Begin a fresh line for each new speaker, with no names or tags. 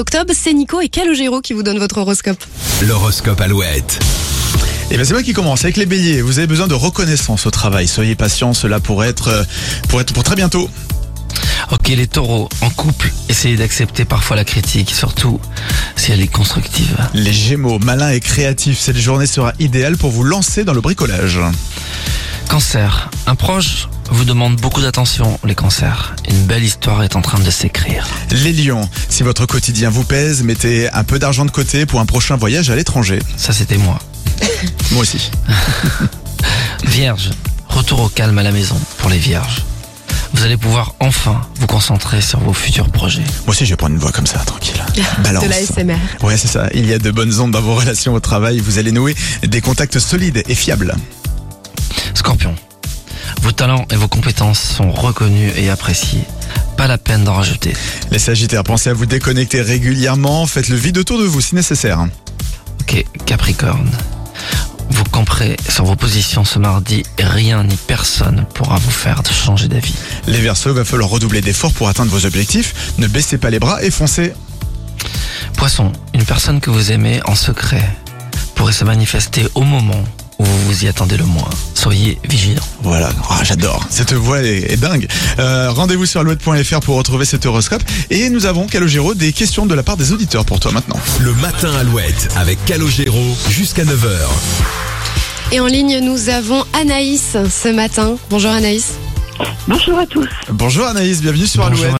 Octobre, c'est Nico et Calogero qui vous donne votre horoscope.
L'horoscope Alouette.
Et Eh bien c'est moi qui commence avec les béliers. Vous avez besoin de reconnaissance au travail. Soyez patient, cela pourrait être euh, pour être pour très bientôt.
Ok, les taureaux, en couple, essayez d'accepter parfois la critique, surtout si elle est constructive.
Les gémeaux, malins et créatifs, cette journée sera idéale pour vous lancer dans le bricolage.
Cancer, un proche vous demande beaucoup d'attention, les cancers. Une belle histoire est en train de s'écrire.
Les lions, si votre quotidien vous pèse, mettez un peu d'argent de côté pour un prochain voyage à l'étranger.
Ça, c'était moi.
Moi aussi.
Vierge, retour au calme à la maison pour les vierges. Vous allez pouvoir enfin vous concentrer sur vos futurs projets.
Moi aussi je vais prendre une voix comme ça, tranquille. Balance.
De la SMR.
Ouais, c'est ça. Il y a de bonnes ondes dans vos relations au travail. Vous allez nouer des contacts solides et fiables.
Scorpion, vos talents et vos compétences sont reconnus et appréciés. Pas la peine d'en rajouter.
Les sagittaires, pensez à vous déconnecter régulièrement. Faites le vide autour de vous si nécessaire.
Ok, Capricorne. Vous camperez sur vos positions ce mardi, et rien ni personne pourra vous faire changer d'avis.
Les Verseaux, va falloir redoubler d'efforts pour atteindre vos objectifs. Ne baissez pas les bras et foncez.
Poisson, une personne que vous aimez en secret pourrait se manifester au moment où vous vous y attendez le moins. Soyez vigilant.
Voilà, Ah, j'adore. Cette voix est, est dingue. Euh, Rendez-vous sur alouette.fr pour retrouver cet horoscope. Et nous avons, Calogero, des questions de la part des auditeurs pour toi maintenant.
Le matin Alouette avec Calogero jusqu'à 9h.
Et en ligne, nous avons Anaïs ce matin. Bonjour Anaïs.
Bonjour à tous.
Bonjour Anaïs, bienvenue sur
Bonjour
Alouette.